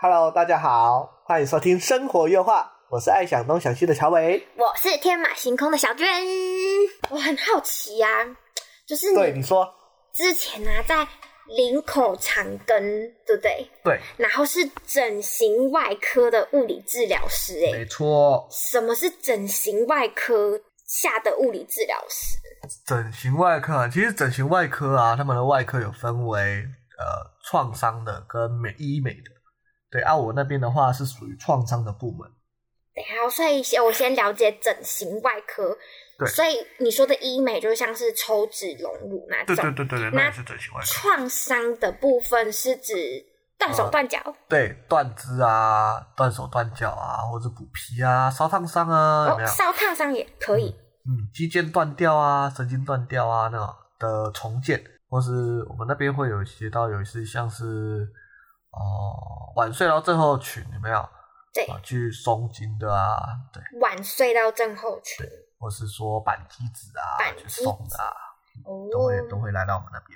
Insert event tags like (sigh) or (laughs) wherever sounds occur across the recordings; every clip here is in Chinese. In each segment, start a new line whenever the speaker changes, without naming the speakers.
Hello，大家好，欢迎收听《生活优化》，我是爱想东想西的乔伟。
我是天马行空的小娟，我很好奇呀、啊，就是
对，
你
你说，
之前啊在林口长庚，对不对？
对，
然后是整形外科的物理治疗师、哎，
错，
什么是整形外科下的物理治疗师？
整形外科啊，其实整形外科啊，他们的外科有分为呃创伤的跟美医美的。对啊，我那边的话是属于创伤的部门。
等一下哦，所以先我先了解整形外科。
对
所以你说的医美就像是抽脂隆乳那种，
对对对对对，那
那
也是整形外科。
创伤的部分是指断手
哦
断脚。
对，断肢啊，断手断脚啊，或者补皮啊，烧烫伤啊，有没
哦，
有？
烧烫伤也可以。
嗯，肌腱断掉啊，神经断掉啊，那种的重建，或是我们那边会有写到有一些像是哦、晚睡到最后群有没有啊
对，
去松筋的啊，对，
晚睡到症候群。
或是说板机子啊
板
去
机子
松的啊，
哦
都会都会来到我们那边。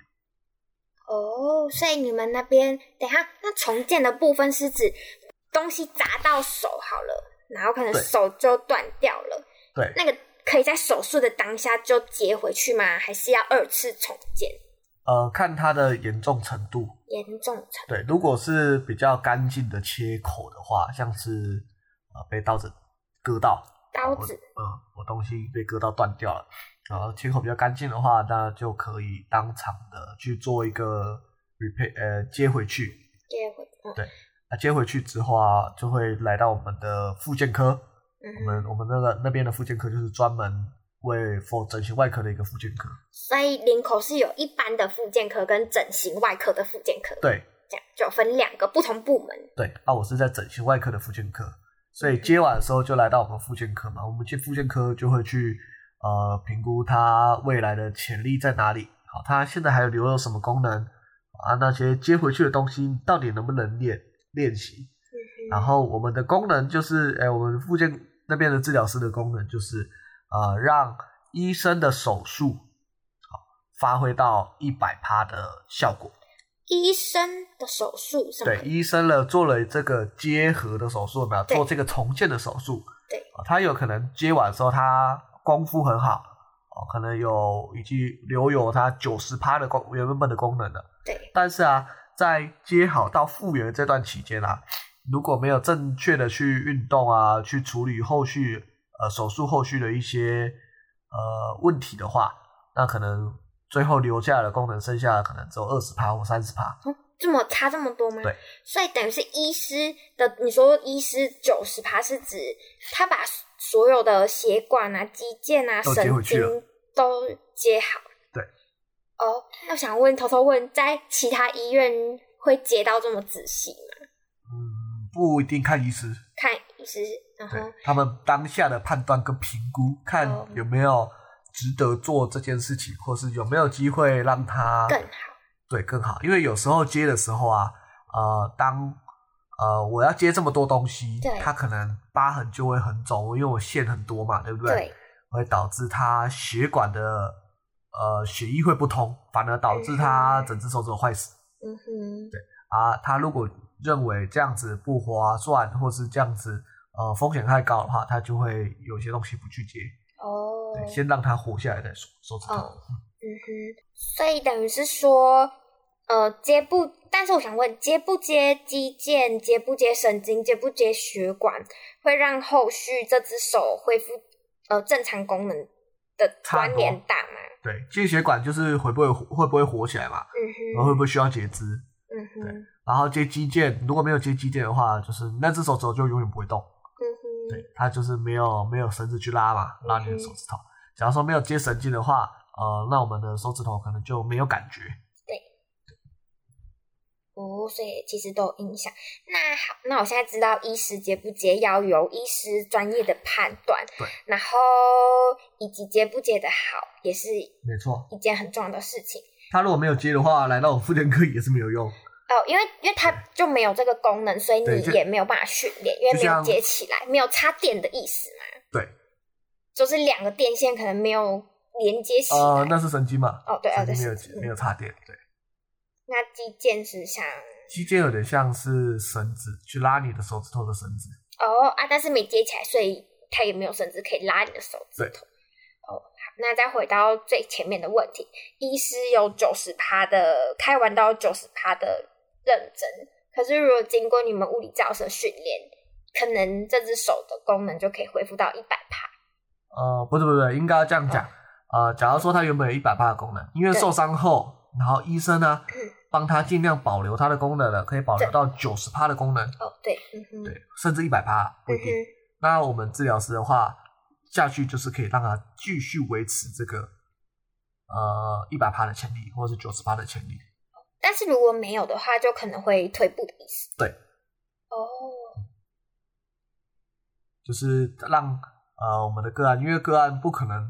哦，所以你们那边等一下那重建的部分是指东西砸到手好了，然后可能
对
手就断掉了，
对，
那个可以在手术的当下就接回去吗？还是要二次重建？
呃，看它的严重程度，
严重程
对，如果是比较干净的切口的话，像是呃被刀子割到，
刀
我
子
嗯，我东西被割到断掉了，然后切口比较干净的话，那就可以当场的去做一个 repair，呃，接回去。
接回去。嗯
那接回去之后啊，就会来到我们的复健科，
嗯
我
哼，
们我们那个那边的复健科就是专门为 for 整形外科的一个复健科。
所以林口是有一般的复健科跟整形外科的复健科，，
对
这样就分两个不同部门。嗯
对，啊，我是在整形外科的复健科，所以接完的时候就来到我们复健科嘛，我们去复健科就会去呃评估他未来的潜力在哪里，好，他现在还有留有什么功能啊？那些接回去的东西到底能不能练练习？然后我们的功能就是，哎，我们附件那边的治疗师的功能就是，呃，让医生的手术好发挥到一百趴的效果。
医生的手术什么
对，？医生了做了这个结合的手术，有没有
对
做这个重建的手术？
对
啊，他有可能接完之后他功夫很好，哦，可能有已经留有他九十趴的功原本的功能了。
对，
但是啊，在接好到复原的这段期间啊，如果没有正确的去运动啊，去处理后续呃手术后续的一些呃问题的话，那可能最后留下来的功能剩下的可能只有二十趴或三十趴。
这么差这么多吗？
对，
所以等于是医师的，你说医师九十趴是指他把所有的血管啊、肌腱啊、
都接
神
回去了
经都接好。
对。
哦，那我想问，偷偷问，在其他医院会接到这么仔细吗？
嗯，不一定看医师，
看医师，然后
对他们当下的判断跟评估，看
哦
有没有值得做这件事情，或是有没有机会让他
更好。
对更好，因为有时候接的时候啊，呃，当呃我要接这么多东西
对，
它可能疤痕就会很肿，因为我线很多嘛，对不对？
对，
会导致它血管的呃血液会不通，反而导致它
嗯
整只手指有坏死
嗯哼，
啊。他如果认为这样子不划算，或是这样子呃风险太高的话，他就会有些东西不去接，
哦，
对，先让它活下来再说，手指头。
哦嗯哼，所以等于是说，呃，接不，但是我想问，接不接肌腱，接不接神经，接不接血管，会让后续这只手恢复呃正常功能的
差
关
不多
联大吗？
对，心血管就是会不会会不会活起来嘛，然后会
嗯
不会需要截肢？
哼，嗯哼，
然后接肌腱，如果没有接肌腱的话，就是那只手指头就永远不会动。
嗯哼，嗯
对，它就是没有没有绳子去拉嘛，拉你的手指头。假如说没有接神经的话，呃，那我们的手指头可能就没有感觉。
哦，所以其实都有影响。那好，那我现在知道医师结不结要由医师专业的判断，
对，
然后以及结不结的好也是一
没错，
件很重要的事情
它如果没有接的话，来到我妇健科也是没有用。
哦，因为因为它就没有这个功能，所以
对
你
就
也没有办法训练，因为
就
没有
像
接起来，没有插电的意思嘛，
对，
就是两个电线可能没有连接起来。
呃，那是神经嘛，
哦，对啊，
神
对，
经没有
是
接没有插电。对，
那肌腱是像
肌腱有点像是绳子去拉你的手指头的绳子。
哦啊，但是没接起来，所以它也没有绳子可以拉你的手指头。哦，好，那再回到最前面的问题，医师有九十趴的开完刀九十趴的认真，可是如果经过你们物理照射训练，可能这只手的功能就可以恢复到一百趴。
呃，不是不是，不是应该要这样讲。呃，假如说它原本有一百八的功能，因为
嗯对
受伤后，然后医生呢
嗯
帮他尽量保留它的功能了，可以保留
对
到九十趴的功能，
哦，对，嗯哼，
对，甚至一百趴不
嗯
一定。
哼，
那我们治疗师的话，下去就是可以让他继续维持这个呃一百趴的潜力，或者是九十趴的潜力。
但是如果没有的话，就可能会退步的意思。
对，
哦，
就是让呃我们的个案，因为个案不可能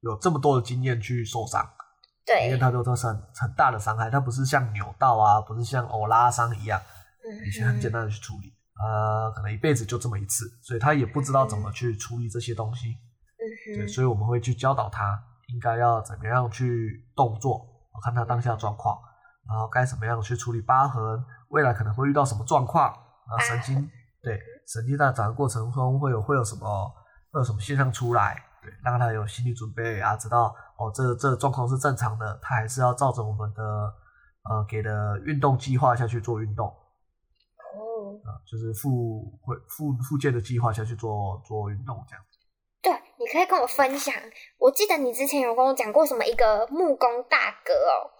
有这么多的经验去受伤，因
对
为，它都是很很大的伤害，它不是像扭到啊，不是像偶拉伤一样，
嗯
以前很简
单，
单的去处理，呃，可能一辈子就这么一次，所以他也不知道怎么去处理这些东西，
嗯
对，
哼，
所以我们会去教导他应该要怎么样去动作，看他当下状况，然后该怎么样去处理疤痕，未来可能会遇到什么状况，啊，神经对神经在长的过程中会有会有什么会有什么现象出来，对，让他有心理准备啊，知道哦，这这状况是正常的，他还是要照着我们的呃给的运动计划下去做运动。
哦。
啊，就是复会复复健的计划下去做做运动这样。
对，你可以跟我分享。我记得你之前有跟我讲过什么一个木工大哥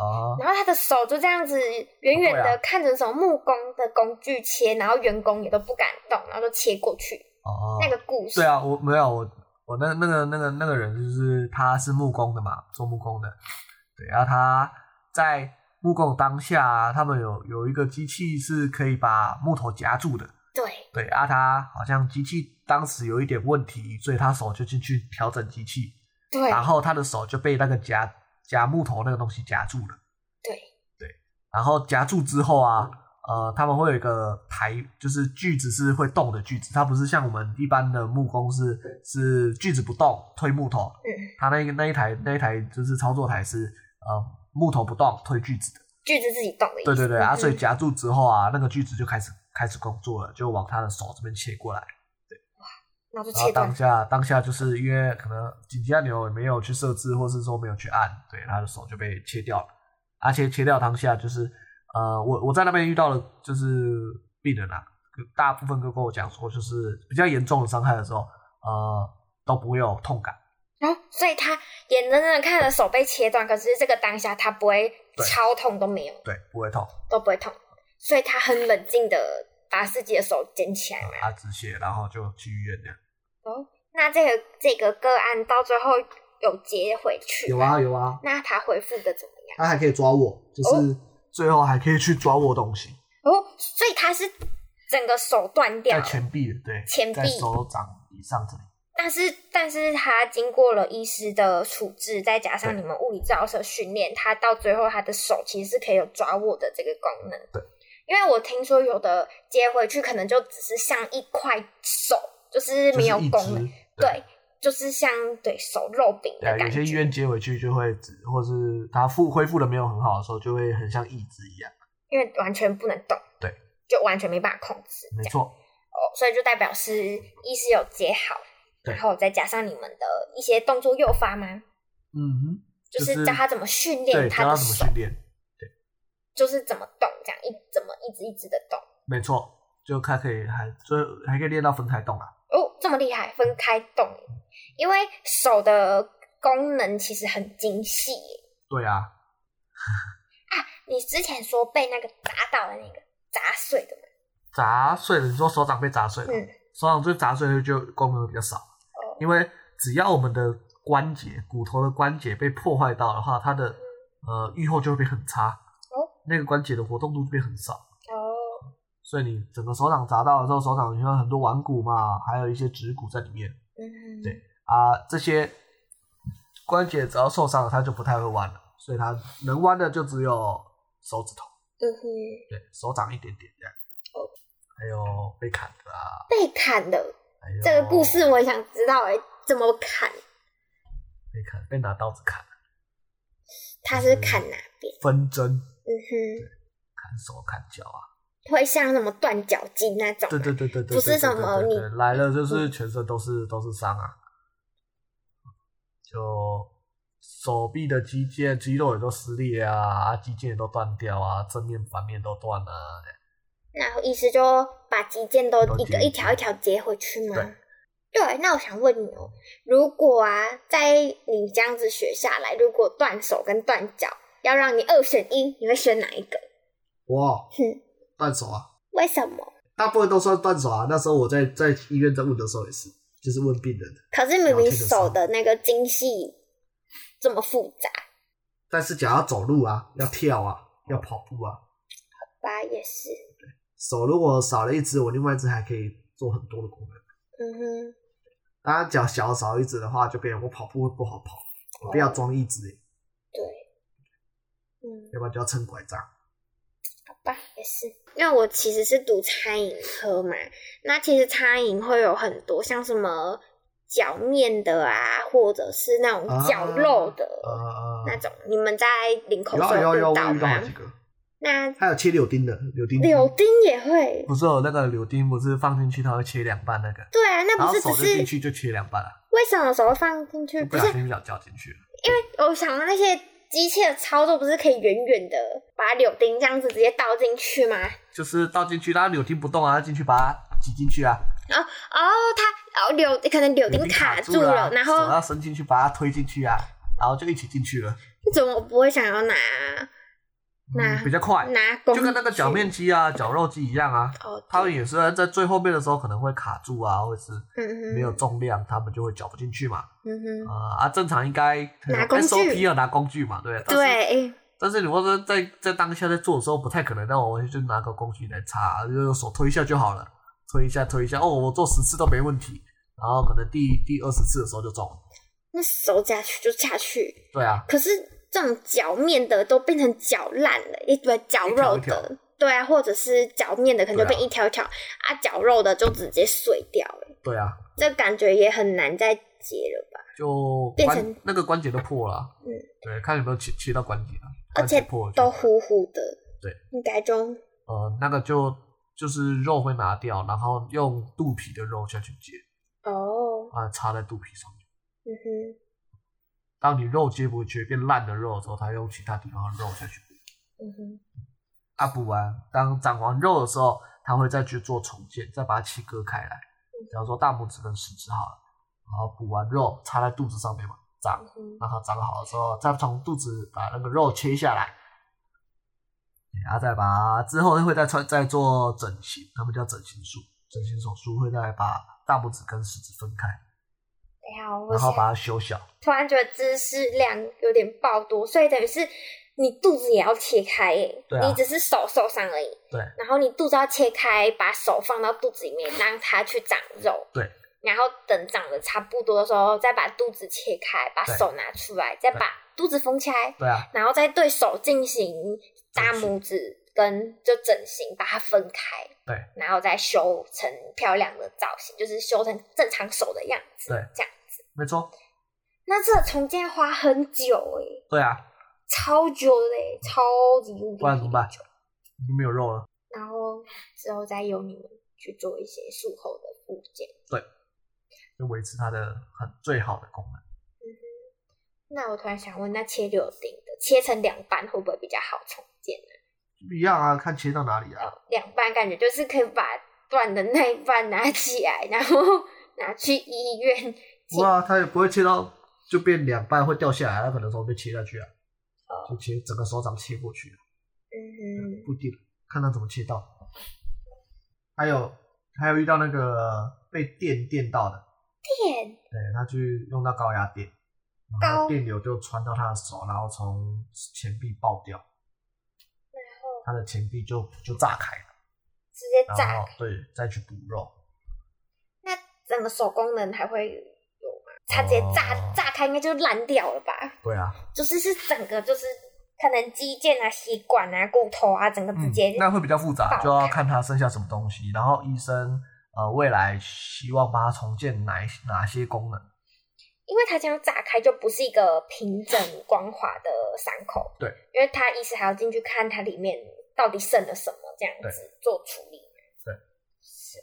哦，
啊，
然后他的手就这样子远远
哦对
的
啊
看着什么木工的工具切，然后员工也都不敢动，然后就切过去。
哦、
那个故事，
对啊，我没有我我那那个那个那个人就是他是木工的嘛，做木工的，对，然后他在木工当下，啊他们有有一个机器是可以把木头夹住的，
对，
对，啊，他好像机器当时有一点问题，所以他手就进去调整机器，
对，
然后他的手就被那个夹夹木头那个东西夹住了。
对，
对，然后夹住之后啊，呃，他们会有一个台，就是锯子是会动的锯子，它不是像我们一般的木工是是锯子不动推木头，
嗯，
它那一个那一台那一台就是操作台是呃木头不动推锯子的。
锯子自己动的意思。
对对对啊，
嗯
所以夹住之后啊，那个锯子就开始开始工作了，就往他的手这边切过来。
然后就
然后
切断
当。下当下就是因为可能紧急按钮也没有去设置，或是说没有去按，对，他的手就被切掉了。而且切掉当下就是，呃，我我在那边遇到了就是病人啊，大部分都跟我讲说，就是比较严重的伤害的时候，呃，都不会有痛感，
然后，所以他眼睁睁的看着手被切断，可是这个当下他不会
对
超痛都没有，
对，不会痛，
都不会痛，所以他很冷静的把自己的手捡起来嘛。
啊，止血，然后就去医院这样。
那这个这个个案到最后有接回去，
啊有啊，
那他回复的怎么样？
他还可以抓我，就是最后还可以去抓我东西，
哦，所以他是整个手断掉
在
了，
前臂的，对，
前臂
在手掌以上这里。
但是但是他经过了医师的处置，再加上你们物理照射训练，他到最后他的手其实是可以有抓握的这个功能。
对，
因为我听说有的接回去可能就只是像一块手，就是没有
就是一
功能，
只
对，就是像对手肉饼
对、
的
啊，有
感
些医
觉。
院接回去就会只，或是它复恢复的没有很好的时候，就会很像义肢一样。
因为完全不能动，
对，
就完全没办法控制，
没
这样
错，
哦，所以就代表是医师有接好，
对
然后再加上你们的一些动作诱发吗？
嗯哼，
就
就是
是教他怎么训
对，
练
教
他
它
的
怎么
手，
训练，
就是怎么动，这样一怎么一直一直的动。
没错，就它可以还就还可以练到分开动啊。
哦，这么厉害，分开动，因为手的功能其实很精细耶
对啊，
啊。你之前说被那个砸到的那个砸碎的吗？
砸碎了，你说手掌被砸碎了，
嗯哦
手掌最杂碎就功能比较少，因为只要我们的关节、骨头的关节被破坏到的话，它的呃愈后就会变很差，那个关节的活动度就变很少。
哦，
所以你整个手掌砸到的时候，手掌你看很多腕骨嘛，还有一些指骨在里面
嗯，
对啊，这些关节只要受伤了，它就不太会弯了，所以它能弯的就只有手指头，
嗯哼，
对手掌一点点这样。
哦
还有被砍的啊，哎
被砍的
还有
这个故事我也想知道哎、怎么砍？
被砍，被拿刀子砍，
他是砍哪边？
纷争，
嗯哼，
砍手砍脚啊，
会像什么断脚筋那种？
对对。对对对，
不是
对
什么
对对
你嗯
对来了就是全身都是都是伤啊，就手臂的肌腱、肌肉也都撕裂啊，啊肌腱也都断掉啊，正面反面都断了、啊。
然后意思就把肌腱都一
都
个
接
一条一条接回去吗？
对
对，那我想问你哦，如果啊，在你这样子学下来，如果断手跟断脚要让你二选一，你会选哪一个？ (laughs)
哇，
哼，
断手啊！
为什么？
大部分都算断手啊。那时候我在在医院在问的时候也是，就是问病人，
可是明明
了解的是
手的那个精细这么复杂
但是脚要走路啊，要跳啊，要跑步啊，
吧，也是，
手如果少了一只，我另外一只还可以做很多的功能。
嗯哼，
当然脚小少一只的话，就变成我跑步会不好跑，我
哦
不要装一只、欸
对，嗯，
要不然就要撑拐杖。
好吧，也是。因为我其实是读餐饮科嘛，那其实餐饮会有很多像什么脚面的啊，或者是那
啊
种绞肉的、
呃，
那种，你们在领口
有
时
啊有
候
啊有
遇
啊，
到
我遇到
吗
好几？个，
那
还有切柳丁的柳丁。
柳丁也会，
不是有那个柳丁，不是放进去它会切两半那个，
对啊，那
然后
不是
手就进
只是
去就切两半了，
为什么手会放进去？
就不
不
小
是，
心脚绞进去了。
我想到那些机器的操作不是可以远远的把柳丁这样子直接倒进去吗？
就是倒进去，它柳丁不动啊，进去把它挤进去啊，
哦，它哦柳可能柳
柳丁
丁卡
住
住
了
了，
啊，
然
手
后
要伸进去把它推进去啊，然后就一起进去了，
你怎么不会想要拿拿
嗯，比较快，
拿工具？
就跟那个绞面机啊、绞肉机一样啊，
哦，
他们
对
也是在最后面的时候可能会卡住啊，或者是
嗯
没有
哼
重量，他们就会绞不进去嘛。
嗯哼，
啊、啊，正常应该
拿工具
SOP 要拿工具嘛，对不对？但是。
对，
但是你或者在在当下在做的时候，不太可能让我就拿个工具来擦，就用手推一下就好了，推一下推一下，哦，我做十次都没问题，然后可能第第二十次的时候就中了。
那手下去就下去，
对啊，
可是这种绞面的都变成绞烂了，一不绞
一条
肉
一条
的。对啊，或者是绞面的，可能就
对啊
变一条一条啊，绞肉的就直接碎掉了，
对啊，
这感觉也很难再接了吧？
就
变
关
成
那个关节都破了啊、
嗯
对，看有没有切切到关节啊，
而且
关节破了就
都糊糊的，
对，
应该中
呃，那个就就是肉会拿掉，然后用肚皮的肉下去接，
哦，
啊，插在肚皮上面。
嗯哼，
当你肉接不回去变烂的肉的时候，它用其他地方的肉下去补。
嗯哼，
啊，补完当长完肉的时候，它会再去做重建，再把它切割开来。比方说大拇指跟食指好了，然后补完肉插在肚子上面嘛，长
嗯，哼，
让它长好的时候，再从肚子把那个肉切下来。然后再把它之后会再穿再做整形，他们叫整形术，整形手术会再把大拇指跟食指分开，
等一下，我
然后
想
把它修小。
突然觉得知识量有点爆多，所以等于是你肚子也要切开耶、
对啊
你只是手受伤而已，
对
然后你肚子要切开，把手放到肚子里面，让它去长肉，
对，
然后等长得差不多的时候，再把肚子切开，把
对
手拿出来，再
对
把肚子缝起来，
对啊，
然后再对手进行大
整形
拇指跟就整形，把它分开，
对，
然后再修成漂亮的造型，就是修成正常手的样子，
对
这样。
没错，
那这重建花很久诶、
对啊，
超久嘞、超级无敌
不然怎么办
久。
你没有肉了。
然后之后再由你们去做一些术后的复健。
就维持它的很最好的功能。
那我突然想问，那切柳丁的切成两半会不会比较好重建呢、
不一样啊，看切到哪里啊。
两半感觉就是可以把断的那一半拿起来，然后拿去医院嗯
不啊，它也不会切到就变两半会掉下来，它可能从被切下去啊，就切整个手掌切过去，
嗯
不一定看它怎么切到。还有还有遇到那个被电电到的，
电
对他去用到高压电，然
高
后电流就传到他的手，然后从前臂爆掉，
然后
他的前臂就就炸开了，
直接
然
炸
后，对再去补肉，
那整个手功能还会有吗？它直接炸、
哦
炸开，应该就烂掉了吧？
对啊，
就是是整个就是可能肌腱啊、血管啊、骨头啊，整个直
嗯
接、，
那会比较复杂，
爆
就要看他剩下什么东西，然后医生呃未来希望帮他重建哪一哪些功能，
因为它这样炸开就不是一个平整光滑的伤口，
对，
因为他医师还要进去看它里面到底剩了什么，这样子做处理。
对，
是。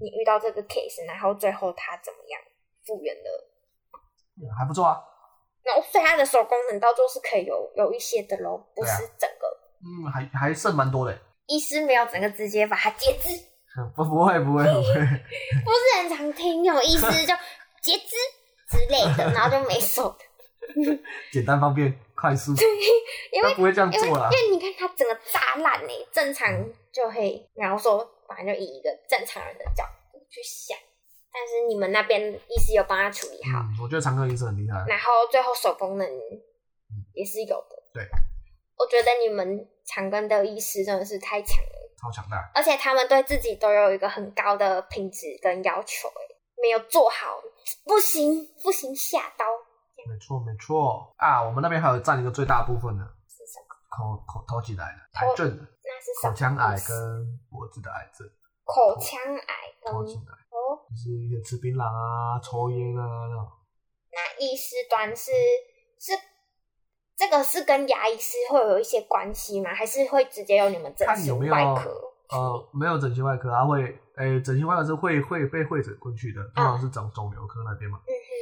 你遇到这个 case，然后最后他怎么样复原的？
嗯还不错啊，
那、所以他的手功能到最后是可以有有一些的咯，不是
对啊
整个、
嗯，还还剩蛮多的，
医师没有整个直接把它截肢，
嗯不不会不会不会，
不是很常听有医师就截肢之类的，然后就没手，
简单方便快速，
因为
他不会这样
因为
做啦
因，为你看它整个炸烂呢，正常就会，然后说反正就以一个正常人的角度去想，但是你们那边医师有帮他处理好，
嗯，我觉得长庚医生很厉害，
然后最后手功能也是有的。
对，
我觉得你们长庚的医师真的是太强了。
超强大，
而且他们对自己都有一个很高的品质跟要求、欸，没有做好不行，不行下刀。
没错没错啊，我们那边还有占一个最大部分的
是什么？
口口头起来的
头
癌症，
那是什啊
口
么意思？
腔癌跟脖子的癌症，
口腔癌跟
头颈癌
哦，
就是一些吃槟榔啊、抽烟啊那种，
那医师端是是这个是跟牙医师会有一些关系吗？还是会直接有你们整
看
形
有没有
外科？
呃，没有整形外科，他会，诶、整形外科是会会被会诊过去的，通常是找肿瘤科那边嘛，
嗯哼，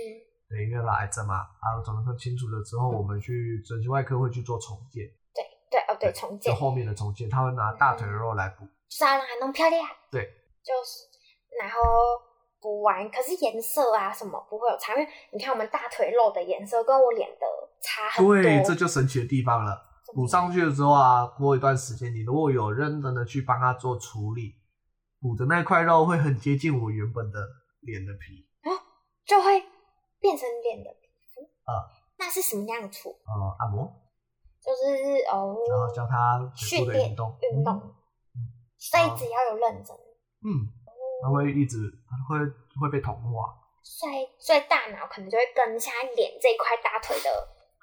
对，因为癌症嘛，然后肿瘤科清楚了之
嗯
后，我们去整形外科会去做重建，
对对哦对，重建
就后面的重建，他会拿大腿肉来补，
就是要让它弄漂亮。
对，
就是然后补完，可是颜色啊什么不会有差，因为你看我们大腿肉的颜色跟我脸的差很多。
对，这就神奇的地方了。补上去了之后啊，过一段时间，你如果有认真的去帮它做处理，补的那块肉会很接近我原本的脸的皮，
就会变成脸的皮肤。
啊
那是什么样处？
呃，按摩，
就是哦，
然后教它
训
做的
练
运动，
运动，所以只要有认真，
嗯，它会一直会会被同化，
所以所以大脑可能就会跟现在脸这一块大腿的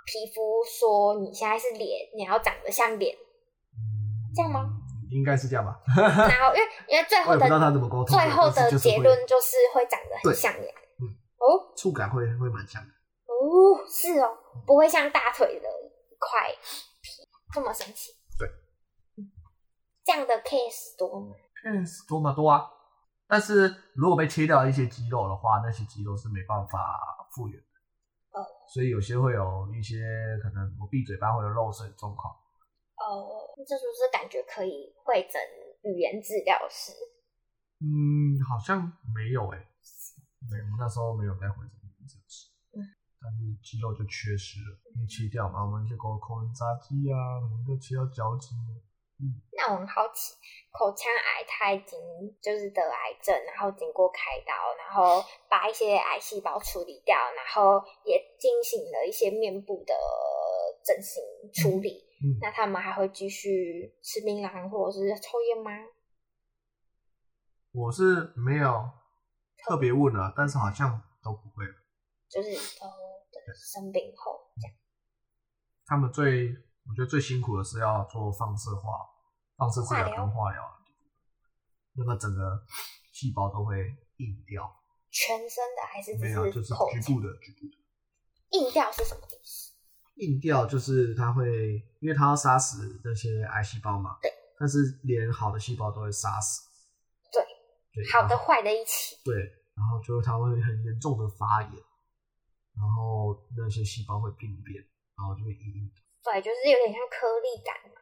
皮肤说，你现在是脸，你要长得像脸，
嗯
这样吗？
应该是这样吧，
然后因为因为最
我
后
也不知道它
的
怎么沟通的，
最后
但是
的
就是
结
会
论就是会长得很
对
像脸。
嗯
哦。
触感会会蛮像的，
哦，是哦，不会像大腿的一块皮这么神奇。
对
嗯，这样的 case 多吗？
确实多么多啊。但是如果被切掉一些肌肉的话，那些肌肉是没办法复原的。
哦
所以有些会有一些可能我闭嘴巴会有漏水的状况。
哦，这是不是感觉可以会诊语言治疗师？
嗯，好像没有诶、没，我们那时候没有在回诊这样子。但是肌肉就缺失了，因为切掉嘛，我们一些口口轮匝肌啊，我们就切到脚趾了。
那我很好奇，口腔癌他已经就是得癌症，然后经过开刀，然后把一些癌细胞处理掉，然后也进行了一些面部的整形处理。
嗯，
那他们还会继续吃槟榔或者是抽烟吗？
我是没有特别问了，但是好像都不会。
就是都等生病后这样。
他们最我觉得最辛苦的是要做放射化、放射治疗跟化疗，那个整个细胞都会硬掉，
全身的还是只
没有就是
口
局
腔
部的局部的
硬掉是什么意思？
硬掉，就是它会因为它要杀死那些癌细胞嘛，
对，
但是连好的细胞都会杀死，
对，
对，
好的
然后
坏的一起，
对，然后就会它会很严重的发炎，然后那些细胞会病变，然后就会硬硬的，
对，就是有点像颗粒感嘛，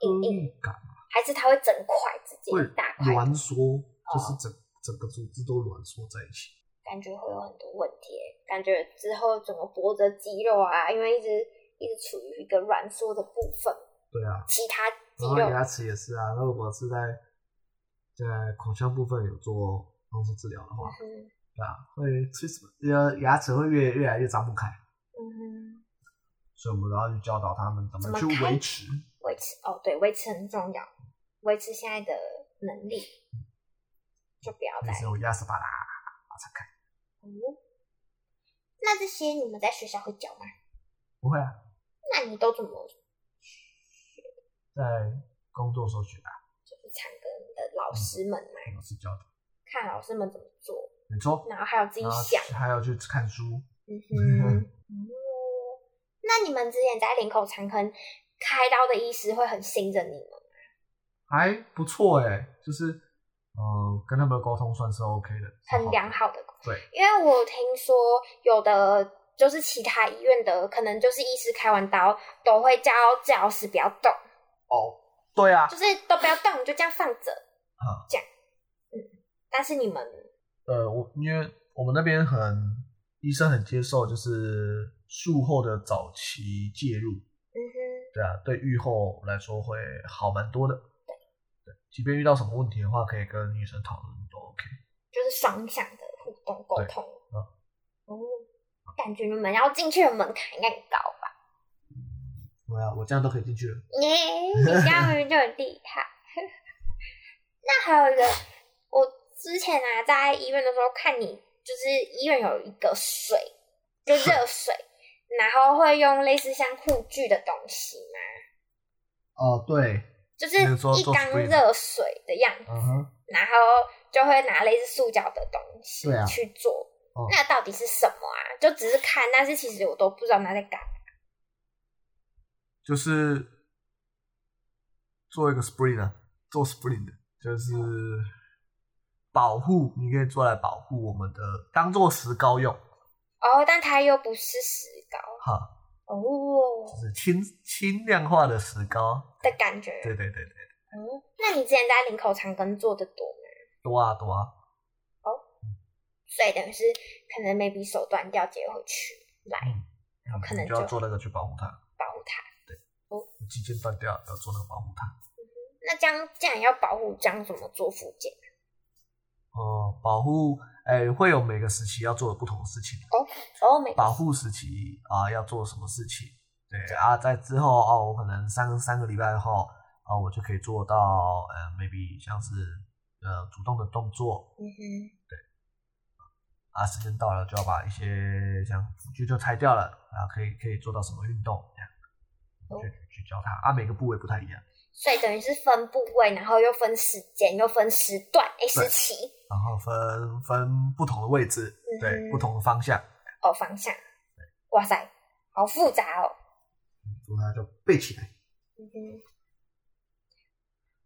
硬硬，
感
还是它会整块直接
嗯会
一大哦块，
挛缩，就是整整个组织都挛缩在一起。
感觉会有很多问题耶，感觉之后整个脖子的肌肉啊，因为一直一直处于一个软缩的部分，
对啊，
其他肌
然后
肉
牙齿也是啊，然后我是在在口腔部分有做同时治疗的话，
嗯
对啊，会其实呃牙齿会越越来越张不开，
嗯，
所以我们都要去教导他们怎
怎
么
么
去
开
维持。
维持哦，对，维持很重要，维持现在的能力，就不要
那
再
时候牙齿把它把它拆开，
哦。那这些你们在学校会教吗？
不会啊，
那你都怎么
在工作的时候学的啊，
就是常跟你的老师们嘛，
老师教的，
看老师们怎么做，
没错。
然后还有自己
然后
想。
还要去看书， (laughs)
嗯哼，哦，那你们之前在林口长坑开刀的医师会很信任你吗？
还不错哎、就是呃跟他们的沟通算是 OK 的，是好
很
的
良好的沟
哦对，
因为我听说有的就是其他医院的，可能就是医师开完刀都会叫治疗师不要动，
哦，对啊
就，是都不要动，就这样放着，
啊
这样。嗯，但是你们嗯
呃，我因为我们那边很医生很接受，就是术后的早期介入，
嗯哼，
对啊，对愈后来说会好蛮多的。对，即便遇到什么问题的话，可以跟医生讨论都 OK。
就是双向的互动沟
对
通。
嗯
哦，感觉你们要进去的门槛应该很高吧？
对啊，我这样都可以进去了。
耶、你这样明明就很厉害。那还有一个，我之前啊在医院的时候看你，就是医院有一个水，就热水，然后会用类似像护具的东西嘛，
哦，对，
就是
比如说
一
做
缸
spring
热水的样子，
嗯哼，
然后就会拿类似塑胶的东西
对啊
去做。
哦
那到底是什么啊？就只是看，但是其实我都不知道它在干嘛。
就是做一个 spring 啊，做 spring 的，就是保护，你可以做来保护我们的，当做石膏用，
哦，但它又不是石膏
哈，
哦
就是轻轻量化的石膏。
的感觉。
对对对对，
嗯，那你之前在林口长庚做的多吗？
多啊多啊，
所以等于是可能 maybe 手断掉接回去来
嗯然后
哎可能
就要
就
做那个去保护它，
保护它。
肌腱断掉要做那个保护它。
那这样既然要保护，这样怎么做复健？
哦，保护，哎，会有每个时期要做的不同的事情。
哦哦，没
保护时期啊、要做什么事情？对啊，在之后哦，我可能三三个礼拜后啊、我就可以做到呃，maybe 像是呃主动的动作
嗯哼，
啊，时间到了就要把一些像辅具就拆掉了啊，可以可以做到什么运动这样，
哦
去去教他啊，每个部位不太一样，
所以等于是分部位，然后又分时间，又分时段，哎，时
对
期
然后分分不同的位置，对，
嗯
不同的方向，
哦方向。哇塞，好复杂哦。
所以他就背起来。
嗯哼，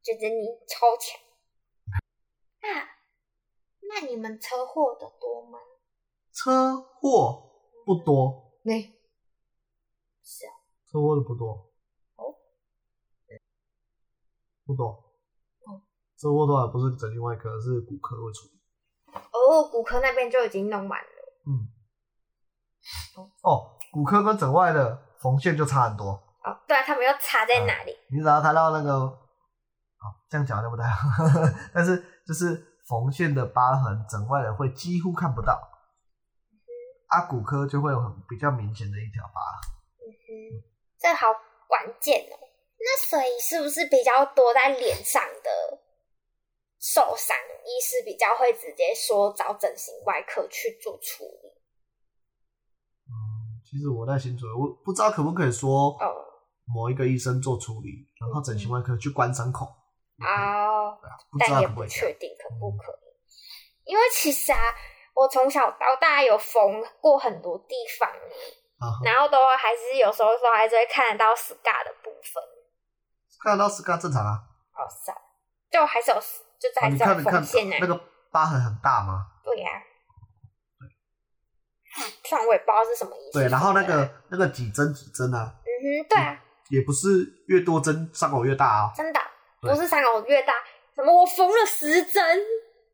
觉得你超强啊！那你们车祸的多吗？
车祸不多，
没、是啊，
车祸的不多。
哦
不多。
哦
车祸的话不是整形外科，是骨科会处理。
哦，骨科那边就已经弄完了。
嗯
哦。
哦，骨科跟整外的缝线就差很多。
哦，对啊，他们又插在哪里？
你只要看到那个，好、这样讲对不 (laughs) 太好，但是就是缝线的疤痕，整外的会几乎看不到。啊，骨科就会有很比较明显的一条疤痕。
嗯，这好关键哦。那所以是不是比较多在脸上的受伤，医师比较会直接说找整形外科去做处理？
嗯，其实我在新竹，我不知道可不可以说
哦
某一个医生做处理，然后整形外科去关伤口。啊
哦，
不知
但
道
也
可不
不
可以这
确
样。
定可不可以。因为其实啊，我从小到大有缝过很多地方，
啊哈，
然后都还是有时候说还是会看得到 scar 的部分。
看得到 scar 正常啊。
哦，是啊，就还是有，就是
啊
还
你
是
看
有
你
缝
看
线呢、
那个疤痕很大吗？
对呀、虽然我也不知道是什么意思。
对，然后那
嗯
个那个几针几针啊，
哼，对啊，
也不是越多针伤口越大啊、
真的
对
不是伤口越大，什么我缝了十针，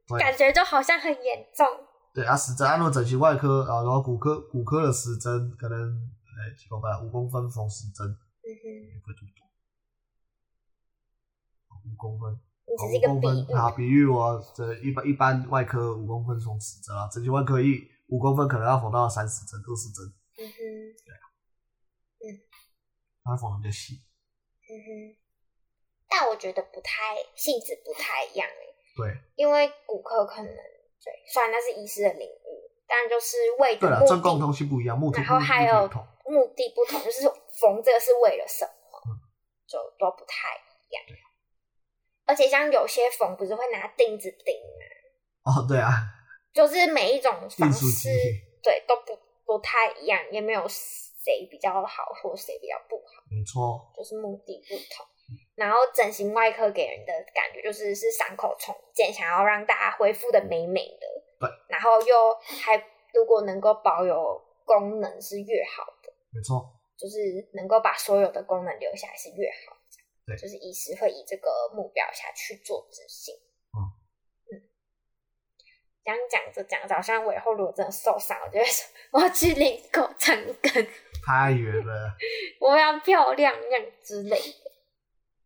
对
感觉就好像很严重。嗯
对啊，十针，按照整形外科啊，然后骨科骨科的十针可能呃几公分啊，五公分缝十针
嗯哼，
也不会这么多，五公分
你只是一
五公
个比喻
分，啊，比喻我这一般一般外科五公分缝十针啊，整形外科一五公分可能要缝到三十针、二十针，
嗯哼，
它缝的比较细。
嗯哼。但我觉得不太性质不太一样欸
对
因为骨科可能对，虽然那是医师的领域，但就是为
对
的
了，
目
这共
的
通性不一样，目的
然后还有目的不同，就是缝这个是为了什么，就都不太一样。而且像有些缝不是会拿钉子钉啊，
哦，对啊，
就是每一种
订
方
书机
式对都不不太一样，也没有谁比较好或谁比较不好，
没错，
就是目的不同。
嗯
然后整形外科给人的感觉就是是伤口重建，想要让大家恢复的美美的，
对，
然后又还如果能够保有功能是越好的。
没错，
就是能够把所有的功能留下来是越好，
对
就是医师会以这个目标下去做执行。
嗯
嗯，这样讲着讲着，好像我以后如果真的受伤，我就会说我要去领口长根，
太远了。
我要漂亮那样之类的，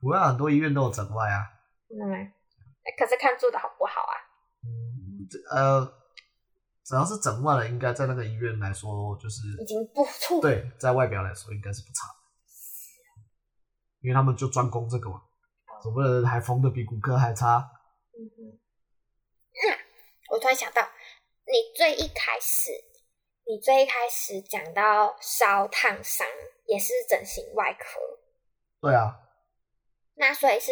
不过很多医院都有整外啊，
嗯啊，可是看做的好不好啊？
嗯，这呃，只要是整外的，应该在那个医院来说，就是
已经不错，，
对，在外表来说应该是不差的，因为他们就专攻这个嘛，怎么人还缝的比骨科还差？
嗯哼，啊我突然想到，你最一开始，你最一开始讲到烧烫伤也是整形外科，
对啊，
那所以是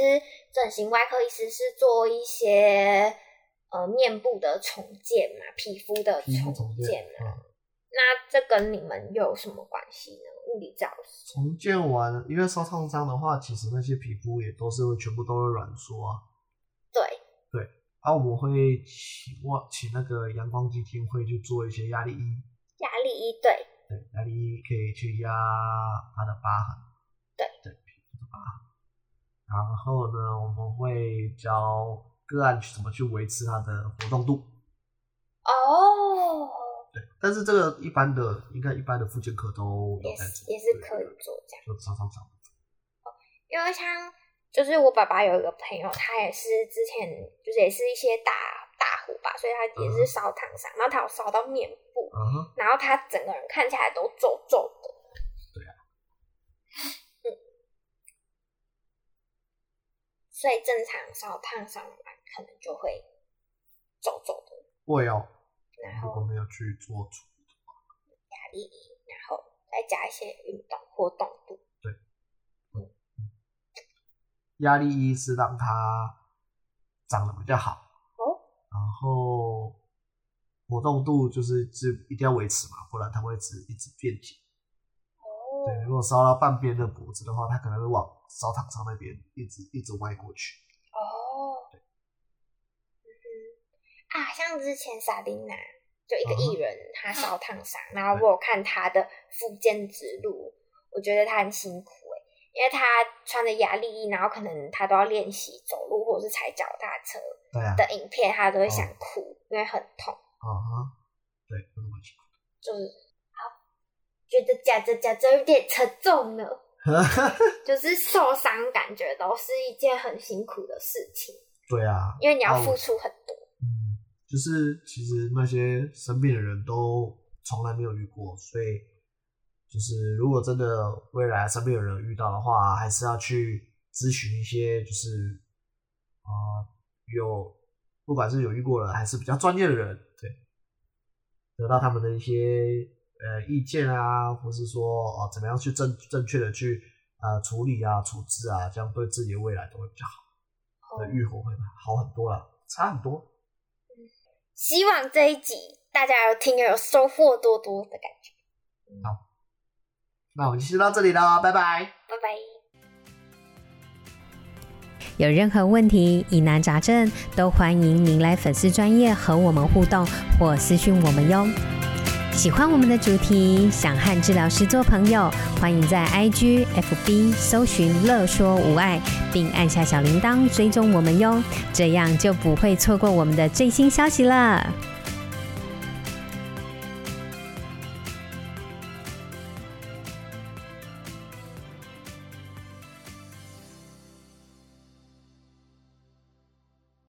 整形外科医师是做一些呃面部的重建嘛，皮肤的
皮肤重
建
建，
嘛。
嗯，
那这跟你们有什么关系呢？物理治疗师，
重建完，因为烧烫伤的话，其实那些皮肤也都是会全部都会软缩啊。
对，
啊，我们会请我请那个阳光基金会去做一些压力衣，
压力一对，
对，压力衣可以去压它的疤痕，
对
对，皮肤的疤痕。然后呢，我们会教个案去怎么去维持它的活动度。
哦，
对，但是这个一般的，应该一般的复健科都有
也
在
是
做，
也是
对
可以做这样。
就常常常，
因为像就是我爸爸有一个朋友，他也是之前就是也是一些大大火吧，所以他也是烧烫伤，然后他有烧到面部，
嗯哼，
然后他整个人看起来都皱皱的。
对
啊。嗯。所以正常烧烫伤完可能就会皱皱的，
会哦。
然
如
后
果没有去做处
压力，然后再加一些运动活动度。
压力一是让它长得比较好，
哦，
然后活动度就是是一定要维持嘛，不然它会一直一直变紧。
哦
对，如果烧到半边的脖子的话，它可能会往烧烫伤那边一直一直歪过去。
哦，嗯哼，啊，像之前萨琳娜就一个艺人，她烧烫伤，然后我有看她的复健之路，我觉得她很辛苦诶、因为她穿着压力衣，然后可能她都要练习走路或者是踩脚踏车
对啊，
的影片，她都会想哭，因为很痛，
啊哈，对，那么辛苦。
就是好，觉得讲着讲着有点沉重了。就是受伤，感觉都是一件很辛苦的事情，
(laughs) 对啊，
因为你要
啊
付
我
出很多。
嗯，就是其实那些生病的人都从来没有遇过，所以就是如果真的未来生病的人遇到的话，还是要去咨询一些就是啊、呃有不管是有遇过的还是比较专业的人，对，得到他们的一些呃意见啊，或是说哦、怎么样去正正确的去呃处理啊、处置啊，这样对自己的未来都会比较好，的愈合会好很多啦，差很多。
希望这一集大家有听有收获多多的感觉。
那我们就先到这里了，拜拜。
拜拜。
有任何问题、疑难杂症，都欢迎您来粉丝专业和我们互动或私讯我们哟。喜欢我们的主题，想和治疗师做朋友，欢迎在 IG、FB 搜寻“乐说无碍”，并按下小铃铛追踪我们哟，这样就不会错过我们的最新消息了。